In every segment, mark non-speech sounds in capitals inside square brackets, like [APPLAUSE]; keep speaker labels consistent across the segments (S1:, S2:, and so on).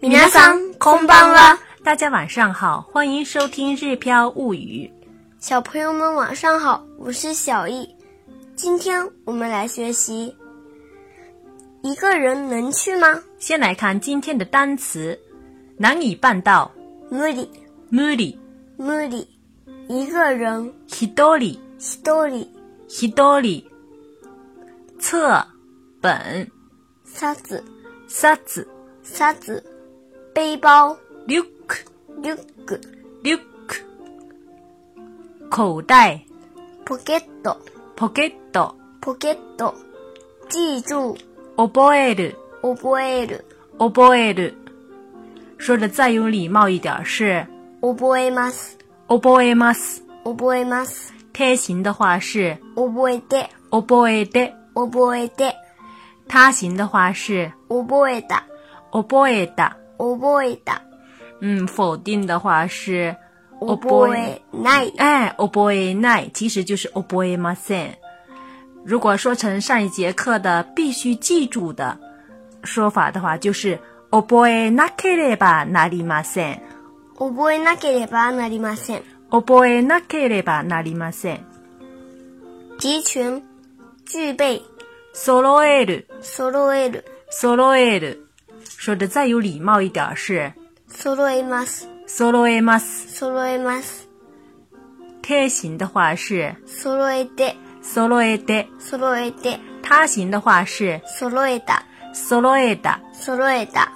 S1: 皆さんこんばんは。
S2: 大家晚上好，欢迎收听《日飘物语
S1: 小朋友们晚上好，我是小易。今天我们来学习，一个人能去吗？》。
S2: 先来看今天的单词：难以办到
S1: 無理，
S2: 無理、
S1: 無理。一个人，
S2: ひどり、
S1: 一人、
S2: ひどり。册本、
S1: 沙子、
S2: 冊子、
S1: 沙子。背包、
S2: リュック、
S1: リュック、
S2: リュック。口袋、
S1: ポケット、
S2: ポケット、
S1: ポケット。记住，
S2: 覚える、
S1: 覚える、
S2: 覚える。说的再有礼貌一点是
S1: 覚えます、
S2: 覚えます，
S1: 覚えます。
S2: 贴形的话是
S1: 覚えて、
S2: 覚えて。
S1: 覚えて、
S2: 他形的话是
S1: 覚えた、
S2: 覚えた，
S1: 覚えた。
S2: 嗯，否定的话是
S1: 覚えない。
S2: 哎覚えない，其实就是覚えません。如果说成上一节课的必须记住的说法的话，就是覚えなければなりません。
S1: 覚えなければなりません。
S2: 覚えなければなりません。
S1: 集群、具備、
S2: 揃える、
S1: 揃える、
S2: 揃える。说的再有礼貌一点是
S1: 揃えます、
S2: 揃えます。
S1: 揃えます、
S2: 贴形的话是
S1: 揃えて、
S2: 揃えて。
S1: 揃えて、
S2: 他形的话是
S1: 揃えた、
S2: 揃えた，
S1: 揃えた、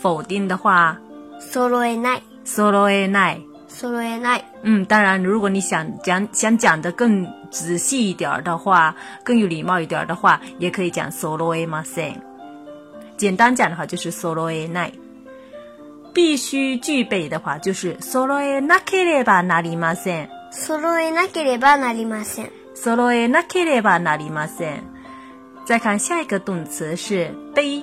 S2: 否定的话
S1: 揃えない、
S2: 揃えない。
S1: 揃えない、
S2: 嗯，当然，如果你想讲想讲的更仔细一点儿的话，更有礼貌一点儿的话，也可以讲 solo a m a s e n 简单讲的话就是 solo a n i 必须具备的话就是 solo a n a k e r e b a n a r i m a s e n
S1: 揃えなければなりません。
S2: solo a n a k e r e b a n a r i m a s e n 再看下一个动词是
S1: 背
S2: 背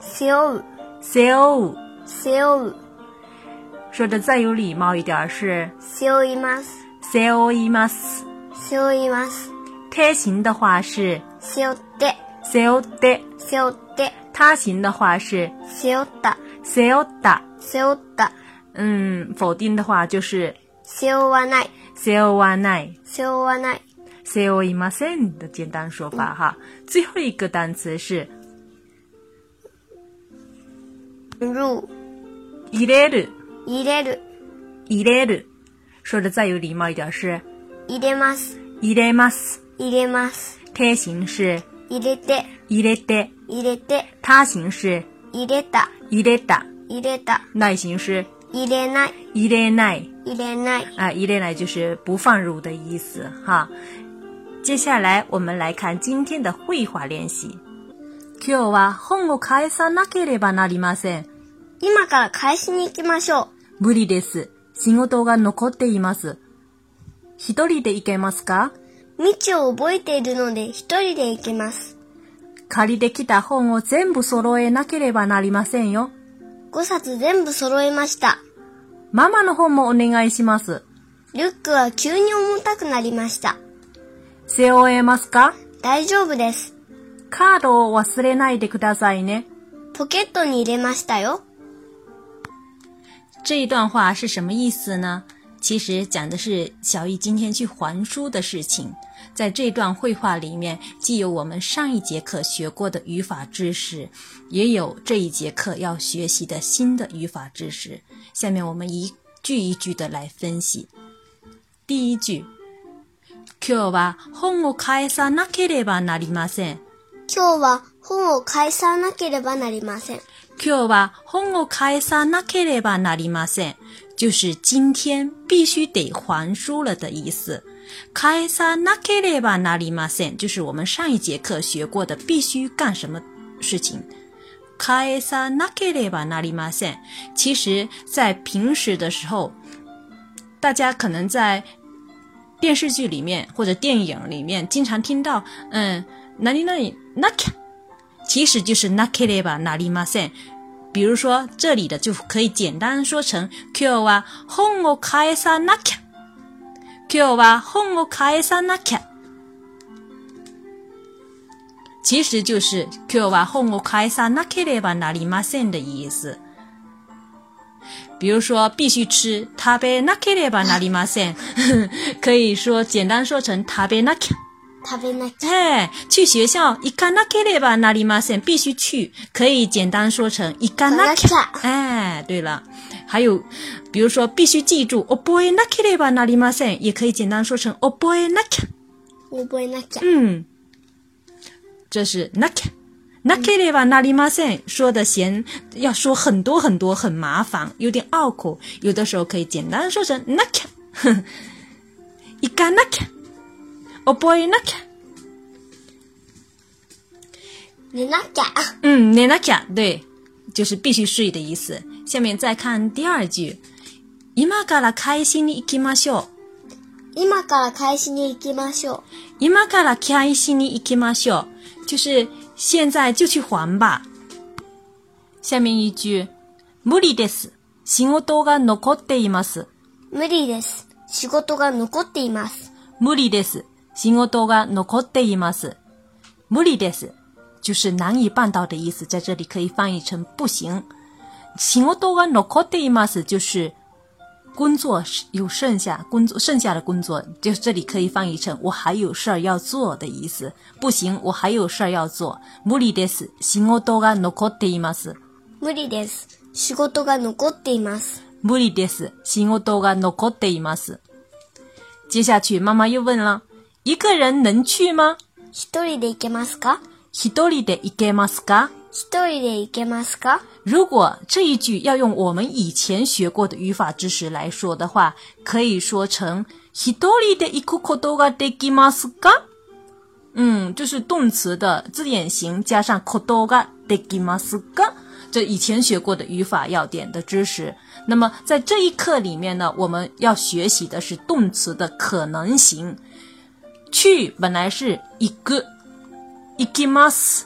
S1: 負う、
S2: s e o
S1: 背負う、
S2: 说的再有礼貌一点儿是
S1: 背負います、
S2: s e o i m a s
S1: 背負います、
S2: 贴形的话是
S1: 背負って、
S2: s e o d
S1: 背負って、
S2: 他形的话是
S1: 背負った、
S2: s e o d
S1: 背負った、
S2: 嗯，否定的话就是
S1: 背負わない、
S2: s e o a n i
S1: 背負わない、
S2: s e o i m a s e n 的简单说法哈。最后一个单词是
S1: ルー、
S2: 入れる，
S1: 入れる、
S2: 入れる，说的再有礼貌一点是
S1: 入れます、
S2: 入れます，
S1: 入れます、
S2: 贴形是
S1: 入れて、
S2: 入れて，
S1: 入れて、
S2: 他形是
S1: 入れた、
S2: 入れた，
S1: 入れた、
S2: 耐形是
S1: 入れない、
S2: 入れない。
S1: 入れない。
S2: 啊，依恋呢就是不放入的意思哈。接下来我们来看今天的绘画练习。今日は本を返さなければなりません。
S1: 今から返しに行きましょう。
S2: 無理です。仕事が残っています。一人で行けますか
S1: 道を覚えているので一人で行きます。
S2: 借りてきた本を全部揃えなければなりませんよ。
S1: 5冊全部揃えました。
S2: ママの本もお願いします。
S1: リュックは急に重たくなりました。
S2: 背負えますか
S1: 大丈夫です。
S2: カードを忘れないでくださいね。
S1: ポケットに入れましたよ。
S2: 这一段话是什么意思呢？其实讲的是小易今天去还书的事情。在这段绘画里面，既有我们上一节课学过的语法知识，也有这一节课要学习的新的语法知识。下面我们一句一句的来分析。第一句，今日は本を返さなければなりません。
S1: 今日は本を返さなければなりません。
S2: 今日は本を返さなければなりません。就是今天必须得还书了的意思。返さなければなりません，就是我们上一节课学过的必须干什么事情。返さなければなりません。其实，在平时的时候，大家可能在电视剧里面或者电影里面经常听到，嗯，哪里哪里那きゃ其实就是なければなりません。比如说这里的就可以简单说成今日は本を返さなきゃ。今日は本を返さなきゃ。其实就是今日は本を返さなければなりません的意思。比如说必须吃食べなければなりません， [LAUGHS] 可以说简单说成食べなきゃ。
S1: 食べなきゃ。
S2: 哎，去学校行かなければなりません，必须去，可以简单说成行かなき
S1: 行か
S2: ゃ。哎，对了，还有比如说必须记住哦覚えなければなりません，也可以简单说成哦覚えなきゃ。
S1: 覚えなきゃ。
S2: 嗯，这是なきゃ。なければなりません，说的嫌要说很多很多，很麻烦，有点拗口。有的时候可以简单说成なきゃ， [LAUGHS] 行かなきゃ、覚えなきゃ。
S1: 寝なきゃ。
S2: 嗯，寝なきゃ，对，就是必须睡的意思。下面再看第二句，今から開始に行きましょう。
S1: 今から開始に行きましょ
S2: 今から開始に行きましょう，就是现在就去还吧。下面一句，無理です。仕事が残っています。
S1: う。無理です。仕事が残っています。
S2: 無理です。仕事が残っています。無理です。就是难以办到的意思，在这里可以翻译成不行。仕事が残っています就是工作有剩下，工作剩下的工作，就是这里可以翻译成我还有事儿要做的意思。不行，我还有事儿要做。無理です。仕事が残っています。
S1: 無理です。仕事が残っています。
S2: 無理です。仕事が残っています。接下去，妈妈又问了：一个人能去吗？
S1: 一人で行けますか
S2: 一人で行けますか？
S1: 一人で行けますか
S2: 如果这一句要用我们以前学过的语法知识来说的话，可以说成一人で行くことができますか？嗯，就是动词的字典型加上ことができますか？这以前学过的语法要点的知识。那么在这一课里面呢，我们要学习的是动词的可能型。去本来是一个，行きます。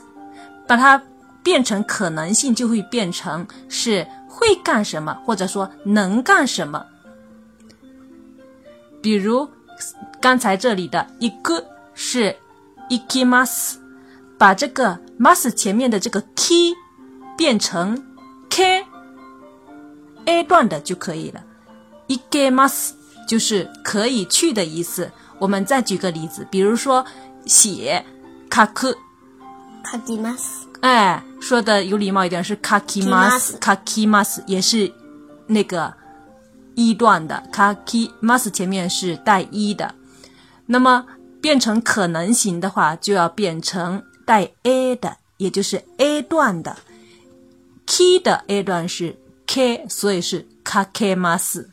S2: 把它变成可能性，就会变成是会干什么，或者说能干什么。比如刚才这里的一个是 ikimas，把这个 mas 前面的这个 k 变成 k a 段的就可以了。ikimas 就是可以去的意思。我们再举个例子，比如说写 kaku。
S1: 書きます。
S2: 哎，说的有礼貌一点是 kakimas kakimas，也是那个一段的 kakimas 前面是带一的，那么变成可能型的话，就要变成带 a 的，也就是 a 段的。k 的 a 段是 k，所以是 kakimas。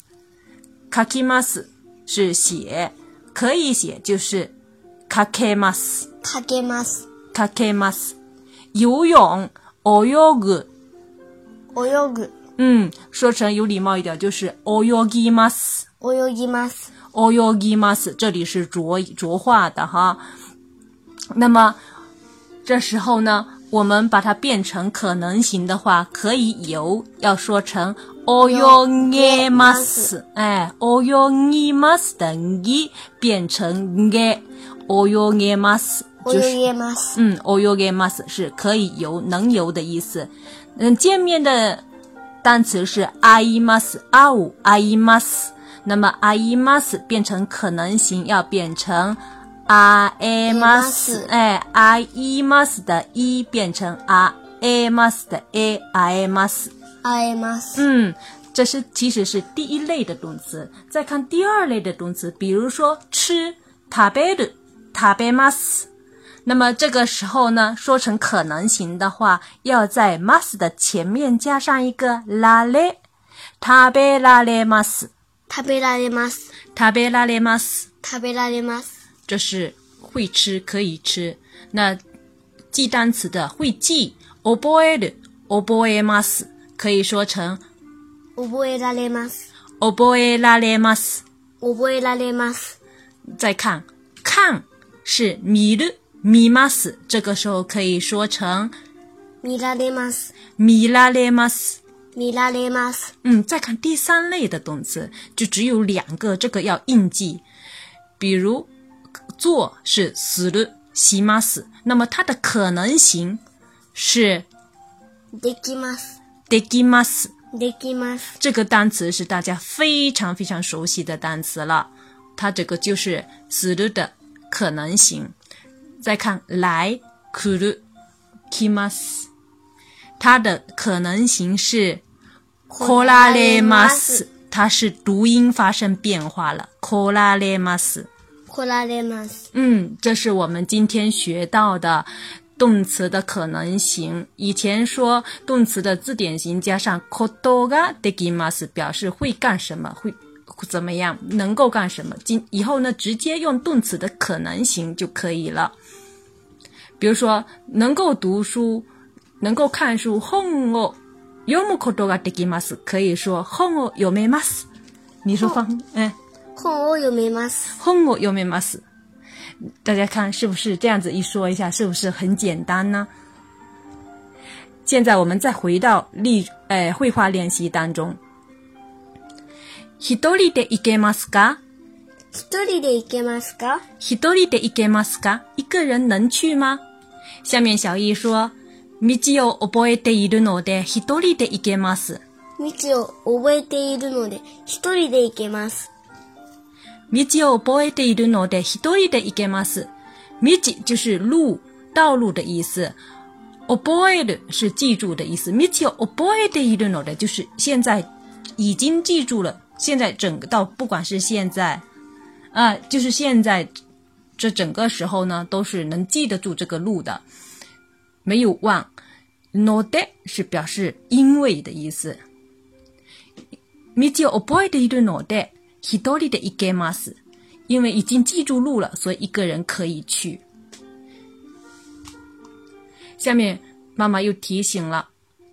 S2: kakimas 是写，可以写就是 kakimas。
S1: かけます。
S2: かけます。游泳、泳ぐ。
S1: 泳ぐ。
S2: 嗯，说成有礼貌一点就是泳ぎます。
S1: 泳ぎます。
S2: 泳ぎます，这里是浊浊化的哈。那么这时候呢，我们把它变成可能型的话，可以游，要说成泳げます。哎，泳ぎます的ぎ变成げ，泳げます就是
S1: 泳げます。
S2: 嗯 o y o g e m a s 是可以游、能游的意思。嗯，见面的单词是 aimas，a 五 aimas。那么 aimas 变成可能型，要变成 aemas，
S1: ます
S2: 哎，aimas 的 e 变成 aemas 的 e a aemas。
S1: 会えます。
S2: 嗯，这是其实是第一类的动词。再看第二类的动词，比如说吃食べる、食べます。那么这个时候呢，说成可能型的话，要在 mas 的前面加上一个られ。食べられます。
S1: 食べられます。
S2: 食べられます。
S1: 食べられます。
S2: 这是会吃可以吃。那记单词的会记覚える、覚えます，可以说成
S1: 覚えられます。
S2: 覚えられます。
S1: 覚えられます。
S2: 再看，看是見る、見ます，这个时候可以说成
S1: 見られます。
S2: 見られます。
S1: 見られます。
S2: 嗯，再看第三类的动词，就只有两个，这个要硬记。比如做是する、します，那么它的可能型是
S1: できます。
S2: できます。
S1: できます。
S2: 这个单词是大家非常非常熟悉的单词了，它这个就是する的可能性。再看来来る来ます，它的可能性是来られます，它是读音发生变化了来られます。
S1: 来られます。
S2: 嗯，这是我们今天学到的动词的可能型。以前说动词的字典型加上 koto ga dekimas 表示会干什么，会怎么样，能够干什么。今以后呢，直接用动词的可能型就可以了。比如说，能够读书，能够看书，本を読むことができます，可以说本を読めます。你说方，哎。
S1: 本を読めます。
S2: 本を読めます。大家看是不是这样子一说一下，是不是很简单呢？现在我们再回到例，哎，绘画练习当中。一人で行けますか？
S1: 一人で行けますか
S2: 一人で行けますか？一个人能去吗？下面小易说，道を覚えているので一人で行けます。
S1: 道を覚えているので、一人で行けます。
S2: 道を覚えているので一人で行けます。道就是路、道路的意思。覚える是记住的意思。道を覚えているので就是现在已经记住了，现在整个到不管是现在啊，就是现在这整个时候呢，都是能记得住这个路的，没有忘。ので是表示因为的意思。道を覚えているので、一人で行けます。因为已经记住路了，所以一个人可以去。下面妈妈又提醒了，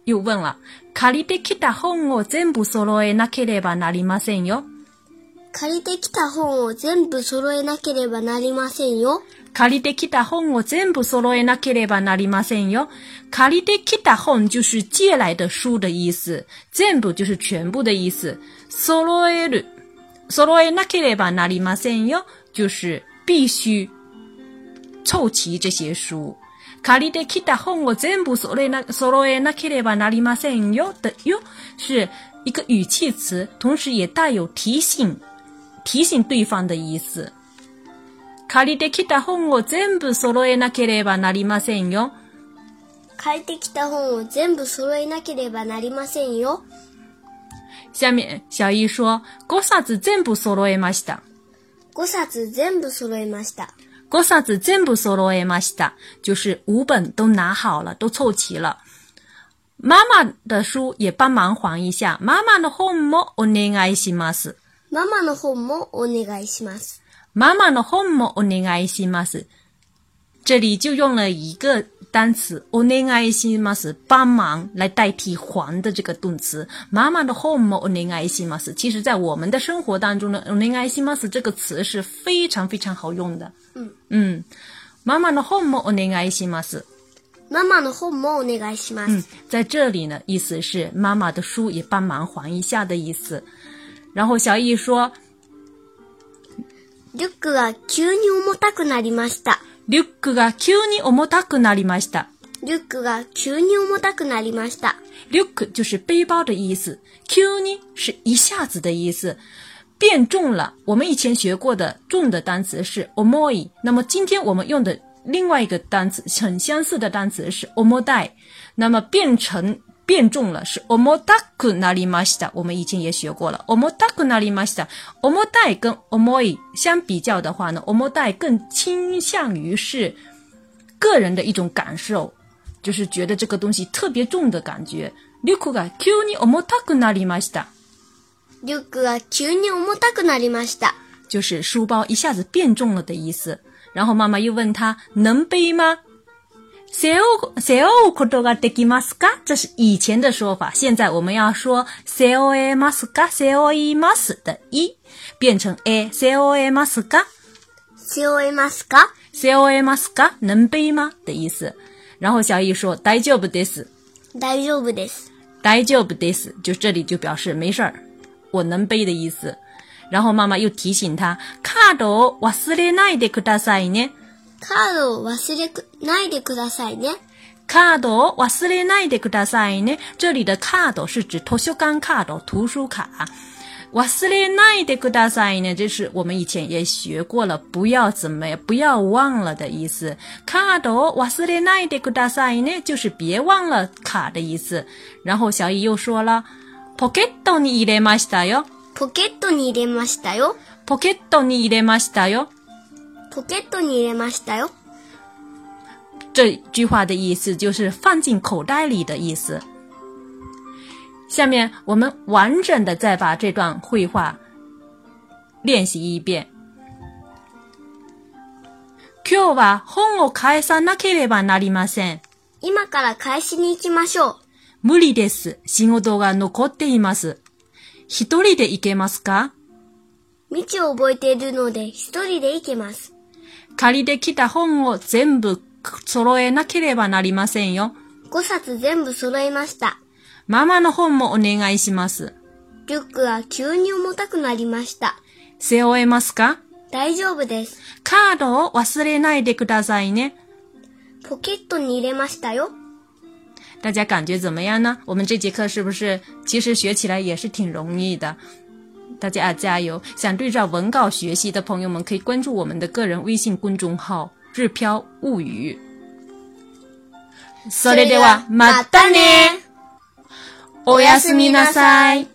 S2: 又问了：借りてきた本を全部揃えなければなりませんよ。
S1: 借りてきた本を全部揃えなければなりませんよ。
S2: 借りてきた本を全部揃えなければなりませんよ。借りてきた本就是借来的书的意思，全部就是全部的意思。揃える、揃えなければなりませんよ，就是必须凑齐这些书。借りてきた本を全部揃えな揃えなければなりませんよ的よ是一个语气词，同时也带有提醒、提醒对方的意思。借りてきた本を全部揃えなければなりませんよ。
S1: 借りてきた本を全部揃えなければなりませんよ。
S2: 下面小易说5冊全部揃えました。
S1: 5冊全部揃えました。
S2: 5冊全部揃えました。就是五本都拿好了，都凑齐了。妈妈的书也帮忙还一下。妈妈の本もお願いします。
S1: ママの本もお願いします。
S2: 妈妈の本もお願いします。这里就用了一个单词“お願いします”帮忙来代替“还”的这个动词。妈妈的后母“お願いします”，其实在我们的生活当中呢，“お願いします”这个词是非常非常好用的。嗯嗯，妈妈的后母“お願いします”。
S1: ママの本もお願いします。
S2: 嗯，在这里呢，意思是妈妈的书也帮忙还一下的意思。然后小易说
S1: リュックが急に重たくなりました。：“
S2: リュックが急に重たくなりました。”
S1: リュックが急に重たくなりました。
S2: Luke 就是背包的意思，Q 呢是一下子的意思，变重了。我们以前学过的重的单词是 omoi，那么今天我们用的另外一个单词很相似的单词是 omodai，那么变成变重了是 omodaku narimashita，我们以前也学过了 omodaku narimashita。omodai 跟 omoi 相比较的话呢，omodai 更倾向于是个人的一种感受，就是觉得这个东西特别重的感觉。リュックが急に重たくなりました，
S1: リュックが急に重たくなりました。
S2: 就是书包一下子变重了的意思。然后妈妈又问他能背吗？背負う背負うことができますか？这是以前的说法，现在我们要说背負えますか？背負います的一变成 e，え背負えますか？
S1: 背負えますか
S2: 背負えますか？能背吗的意思。然后小易说大丈夫です。
S1: 大丈夫です。
S2: 大丈夫です，就这里就表示没事儿，我能背的意思。然后妈妈又提醒他，カードを忘れないでくださいね。
S1: カードを忘れないでくださいね。
S2: カードを忘れないでくださいね。这里的カード是指図書館カード、图书卡。忘れないでください呢，这是我们以前也学过了，不要怎么，不要忘了的意思。卡を忘れないでください呢，就是别忘了卡的意思。然后小乙又说了，ポケットに入れましたよ。
S1: ポケットに入れましたよ。
S2: ポケットに入れましたよ。
S1: ポケットに入れましたよ。
S2: 这句话的意思就是放进口袋里的意思。下面我们完整的再把这段绘画练习一遍。今日は本を返さなければなりません。
S1: 今から返しに行きましょう。
S2: 無理です。仕事が残っています。一人で行けますか
S1: 道を覚えているので一人で行けます。
S2: 借りてきた本を全部揃えなければなりませんよ。
S1: 5冊全部揃えました。
S2: ママの本もお願いします。
S1: リュックは急に重たくなりました。
S2: 背負えますか
S1: 大丈夫です。
S2: カードを忘れないでくださいね。
S1: ポケットに入れましたよ。
S2: 大家感觉怎么样呢？我们这节课是不是其实学起来也是挺容易的？大家啊加油！想对照文稿学习的朋友们，可以关注我们的个人微信公众号“日飘物语”。それではまたね。おやすみなさい。